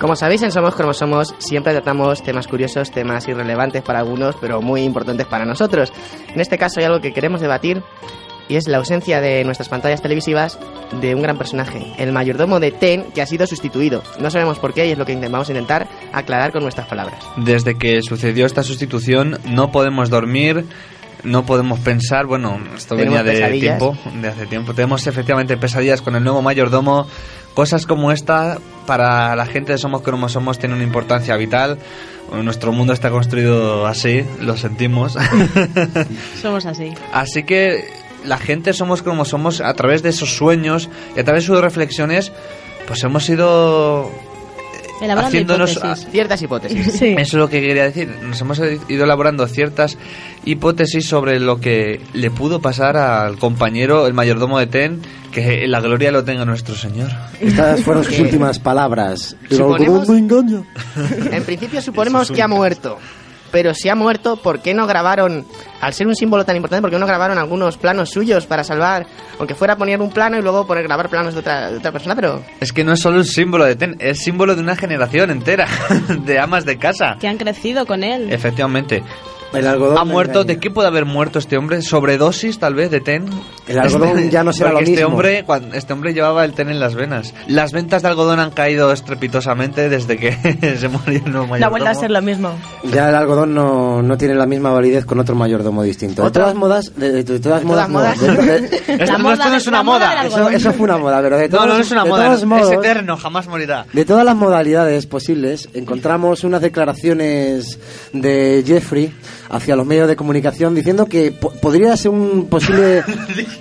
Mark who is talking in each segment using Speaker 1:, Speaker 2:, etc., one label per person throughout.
Speaker 1: Como sabéis, en Somos como Somos siempre tratamos temas curiosos, temas irrelevantes para algunos, pero muy importantes para nosotros. En este caso hay algo que queremos debatir y es la ausencia de nuestras pantallas televisivas de un gran personaje, el mayordomo de Ten, que ha sido sustituido. No sabemos por qué y es lo que vamos a intentar aclarar con nuestras palabras.
Speaker 2: Desde que sucedió esta sustitución no podemos dormir, no podemos pensar, bueno, esto
Speaker 1: Tenemos
Speaker 2: venía de
Speaker 1: pesadillas.
Speaker 2: tiempo, de hace tiempo. Tenemos efectivamente pesadillas con el nuevo mayordomo. Cosas como esta para la gente de Somos como Somos tiene una importancia vital. Nuestro mundo está construido así, lo sentimos.
Speaker 3: Somos así.
Speaker 2: Así que la gente somos como somos a través de esos sueños y a través de sus reflexiones, pues hemos ido...
Speaker 3: Elaborando
Speaker 2: Haciéndonos
Speaker 3: hipótesis.
Speaker 1: Ciertas hipótesis.
Speaker 3: Sí.
Speaker 2: Eso es lo que quería decir. Nos hemos ido elaborando ciertas hipótesis sobre lo que le pudo pasar al compañero, el mayordomo de Ten, que la gloria lo tenga nuestro señor.
Speaker 4: Estas fueron sus
Speaker 1: Sí.
Speaker 4: últimas palabras. El
Speaker 1: Suponemos-
Speaker 4: algodón no engaña.
Speaker 1: En principio suponemos que ha muerto. Pero si ha muerto, ¿por qué no grabaron, al ser un símbolo tan importante, por qué no grabaron algunos planos suyos para salvar, aunque fuera poner un plano y luego poner grabar planos de otra, de otra persona, pero
Speaker 2: Es que no es solo un símbolo de Ten, es símbolo de una generación entera de amas de casa.
Speaker 3: Que han crecido con él.
Speaker 2: Efectivamente.
Speaker 4: El algodón
Speaker 2: ¿Ha
Speaker 4: no
Speaker 2: muerto?
Speaker 4: engaña.
Speaker 2: ¿De qué puede haber muerto este hombre? ¿Sobredosis, tal vez, de ten?
Speaker 4: El algodón ya no será
Speaker 2: Porque
Speaker 4: lo
Speaker 2: este
Speaker 4: mismo.
Speaker 2: Hombre, cuan- este hombre llevaba el ten en las venas. Las ventas de algodón han caído estrepitosamente desde que se murió el nuevo
Speaker 5: La
Speaker 2: mayordomo.
Speaker 5: vuelta a ser lo mismo.
Speaker 4: Ya el algodón no, no tiene la misma validez con otro mayordomo distinto. De
Speaker 1: Otro-
Speaker 4: todas modas, de, de- de todas modas, no.
Speaker 1: modas.
Speaker 4: De- de- de-
Speaker 2: Esto,
Speaker 3: La
Speaker 2: no, esto
Speaker 3: moda-
Speaker 2: no es una
Speaker 3: la moda
Speaker 2: moda.
Speaker 3: del
Speaker 4: eso, eso fue una moda, pero de todos,
Speaker 2: No, no, no es una
Speaker 4: de
Speaker 2: moda.
Speaker 4: todos
Speaker 2: Es,
Speaker 4: modos-
Speaker 2: eterno, jamás morirá.
Speaker 4: De todas las modalidades posibles, encontramos unas declaraciones de Jeffrey hacia los medios de comunicación diciendo que po- podría ser un posible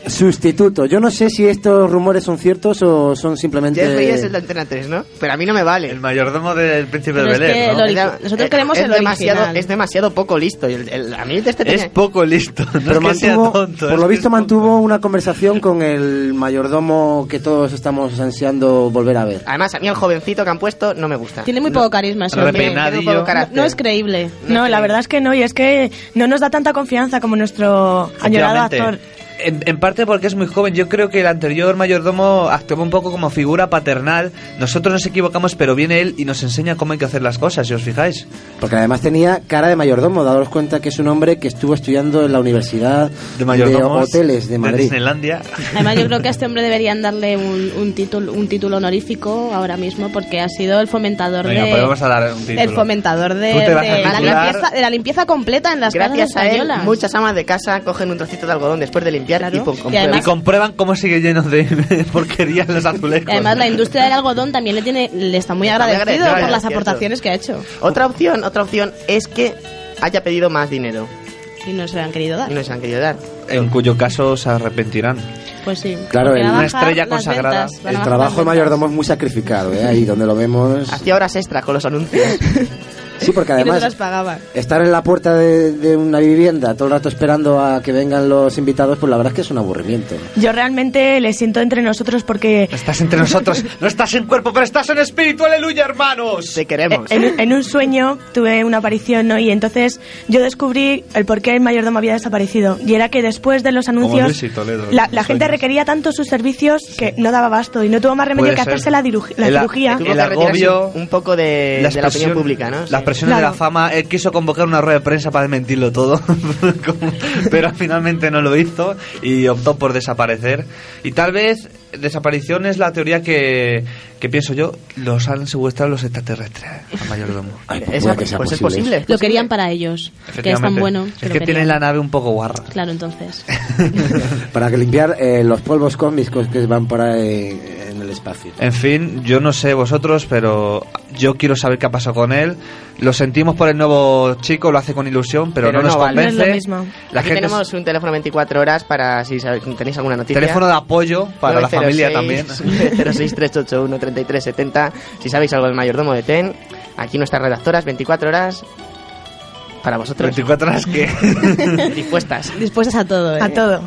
Speaker 4: sustituto. Yo no sé si estos rumores son ciertos o son simplemente...
Speaker 1: Jeffrey es el de Antena 3, ¿no? Pero a mí no me vale.
Speaker 2: El mayordomo del príncipe de
Speaker 3: Pero es
Speaker 2: Belén,
Speaker 3: que
Speaker 2: ¿no?
Speaker 3: lo- El ori- nosotros queremos el
Speaker 1: demasiado,
Speaker 3: original.
Speaker 1: es demasiado poco listo. y el- el- a mí este
Speaker 2: Es
Speaker 1: tenía-
Speaker 2: poco listo. No
Speaker 4: Pero
Speaker 2: es que sea
Speaker 4: mantuvo,
Speaker 2: tonto,
Speaker 4: por
Speaker 2: es
Speaker 4: lo
Speaker 2: que
Speaker 4: visto
Speaker 2: es tonto.
Speaker 4: mantuvo una conversación con el mayordomo que todos estamos ansiando volver a ver.
Speaker 1: Además, a mí el jovencito que han puesto no me gusta.
Speaker 3: Tiene muy
Speaker 1: No-
Speaker 3: poco carisma ese hombre.
Speaker 2: Repeinado.
Speaker 1: tiene muy poco
Speaker 2: Peinadillo.
Speaker 1: carácter.
Speaker 3: No es creíble.
Speaker 5: No, la verdad es que no, y es que no nos da tanta confianza como nuestro añorado actor.
Speaker 2: Efectivamente. En, en parte porque es muy joven. Yo creo que el anterior mayordomo actuaba un poco como figura paternal. Nosotros nos equivocamos, pero viene él y nos enseña cómo hay que hacer las cosas, si os fijáis.
Speaker 4: Porque además tenía cara de mayordomo, dados cuenta que es un hombre que estuvo estudiando en la Universidad de, Hoteles de Madrid.
Speaker 2: Disneylandia.
Speaker 3: Además, yo creo que a este hombre deberían darle un, un título, un título honorífico ahora mismo porque ha sido el fomentador
Speaker 2: Venga,
Speaker 3: de.
Speaker 2: pues vamos a dar un título.
Speaker 3: El fomentador de,
Speaker 2: Tú te vas a
Speaker 3: de la
Speaker 2: titular-
Speaker 3: limpieza, de la limpieza completa en las
Speaker 1: Gracias
Speaker 3: casas
Speaker 1: a él,
Speaker 3: españolas.
Speaker 1: muchas amas de casa cogen un trocito de algodón después de limpiar
Speaker 3: Claro.
Speaker 1: y pum,
Speaker 3: Y
Speaker 1: comprueban.
Speaker 2: Y
Speaker 3: además-
Speaker 2: comprueban cómo sigue lleno de porquerías los azulejos.
Speaker 3: Y Además, la industria del algodón también le tiene le está muy
Speaker 1: Está muy
Speaker 3: agradecido
Speaker 1: agradecida,
Speaker 3: por
Speaker 1: es
Speaker 3: las
Speaker 1: cierto.
Speaker 3: aportaciones que ha hecho.
Speaker 1: Otra opción, otra opción es que haya pedido más dinero
Speaker 3: Y no se lo han querido
Speaker 1: y
Speaker 3: dar.
Speaker 1: no se han querido dar.
Speaker 2: En cuyo caso se arrepentirán.
Speaker 3: Pues sí.
Speaker 4: Claro,
Speaker 3: Porque
Speaker 4: el-
Speaker 3: van a
Speaker 2: Una
Speaker 3: bajar
Speaker 2: estrella
Speaker 3: las
Speaker 2: consagrada.
Speaker 3: ventas, van a
Speaker 4: El
Speaker 3: bajar
Speaker 4: trabajo de
Speaker 3: las
Speaker 4: mayordomo
Speaker 3: ventas.
Speaker 4: es muy sacrificado, ¿eh? ahí donde lo vemos.
Speaker 2: Ah.
Speaker 1: Hacía horas extra con los anuncios.
Speaker 4: Sí,
Speaker 3: Y
Speaker 4: porque
Speaker 3: no se
Speaker 4: además
Speaker 3: las pagaban.
Speaker 4: estar en la puerta de, de una vivienda todo el rato esperando a que vengan los invitados, pues la verdad es que es un aburrimiento.
Speaker 5: Yo realmente le siento entre nosotros porque
Speaker 2: Estás entre nosotros. No estás en cuerpo, pero estás en espíritu. Aleluya, hermanos.
Speaker 1: Te queremos.
Speaker 5: eh, en, en un sueño tuve una aparición, ¿no? Y entonces yo descubrí el por qué el mayordomo había desaparecido. Y era que después de los anuncios,
Speaker 2: Luis y Toledo,
Speaker 5: la,
Speaker 2: los
Speaker 5: la gente
Speaker 2: sueños.
Speaker 5: requería tanto sus servicios que no daba abasto. Y no tuvo más remedio
Speaker 2: Puede
Speaker 5: que
Speaker 2: ser.
Speaker 5: hacerse la, diru- la
Speaker 2: El a-
Speaker 5: cirugía.
Speaker 2: el
Speaker 1: Tuvo que retirarse
Speaker 2: agobio,
Speaker 1: un poco de, de la opinión pública, ¿no?
Speaker 2: Las
Speaker 1: Sí.
Speaker 2: presiones de
Speaker 5: Claro.
Speaker 2: la fama. Él quiso convocar una rueda de prensa para desmentirlo todo, como- pero finalmente no lo hizo y optó por desaparecer. Y tal vez desaparición es la teoría que, que pienso yo. Los han secuestrado los extraterrestres, al mayordomo.
Speaker 4: Ay,
Speaker 1: Esa-
Speaker 4: puede que sea
Speaker 1: pues es posible.
Speaker 3: Lo querían para ellos. Que es tan
Speaker 2: Efectivamente.
Speaker 3: bueno.
Speaker 2: Es
Speaker 3: lo
Speaker 2: que tienen
Speaker 3: querían.
Speaker 2: la nave un poco guarra.
Speaker 3: Claro, entonces.
Speaker 4: Para que limpiar eh, los polvos cósmicos que van por ahí en el espacio.
Speaker 2: En fin, yo no sé vosotros, pero yo quiero saber qué ha pasado con él. Lo sentimos por el nuevo chico, lo hace con ilusión, pero,
Speaker 1: Pero
Speaker 2: no nos
Speaker 1: no vale.
Speaker 2: convence.
Speaker 5: No es lo mismo.
Speaker 2: La
Speaker 1: Aquí
Speaker 2: gente es-
Speaker 1: tenemos un teléfono 24 horas para si sab- tenéis alguna noticia.
Speaker 2: teléfono de apoyo para la familia también.
Speaker 1: 063813370. Si sabéis algo del mayordomo de TEN, aquí nuestras redactoras 24 horas para vosotros
Speaker 2: 34 horas que
Speaker 1: dispuestas.
Speaker 3: Dispuestas a todo, ¿eh?
Speaker 5: A todo.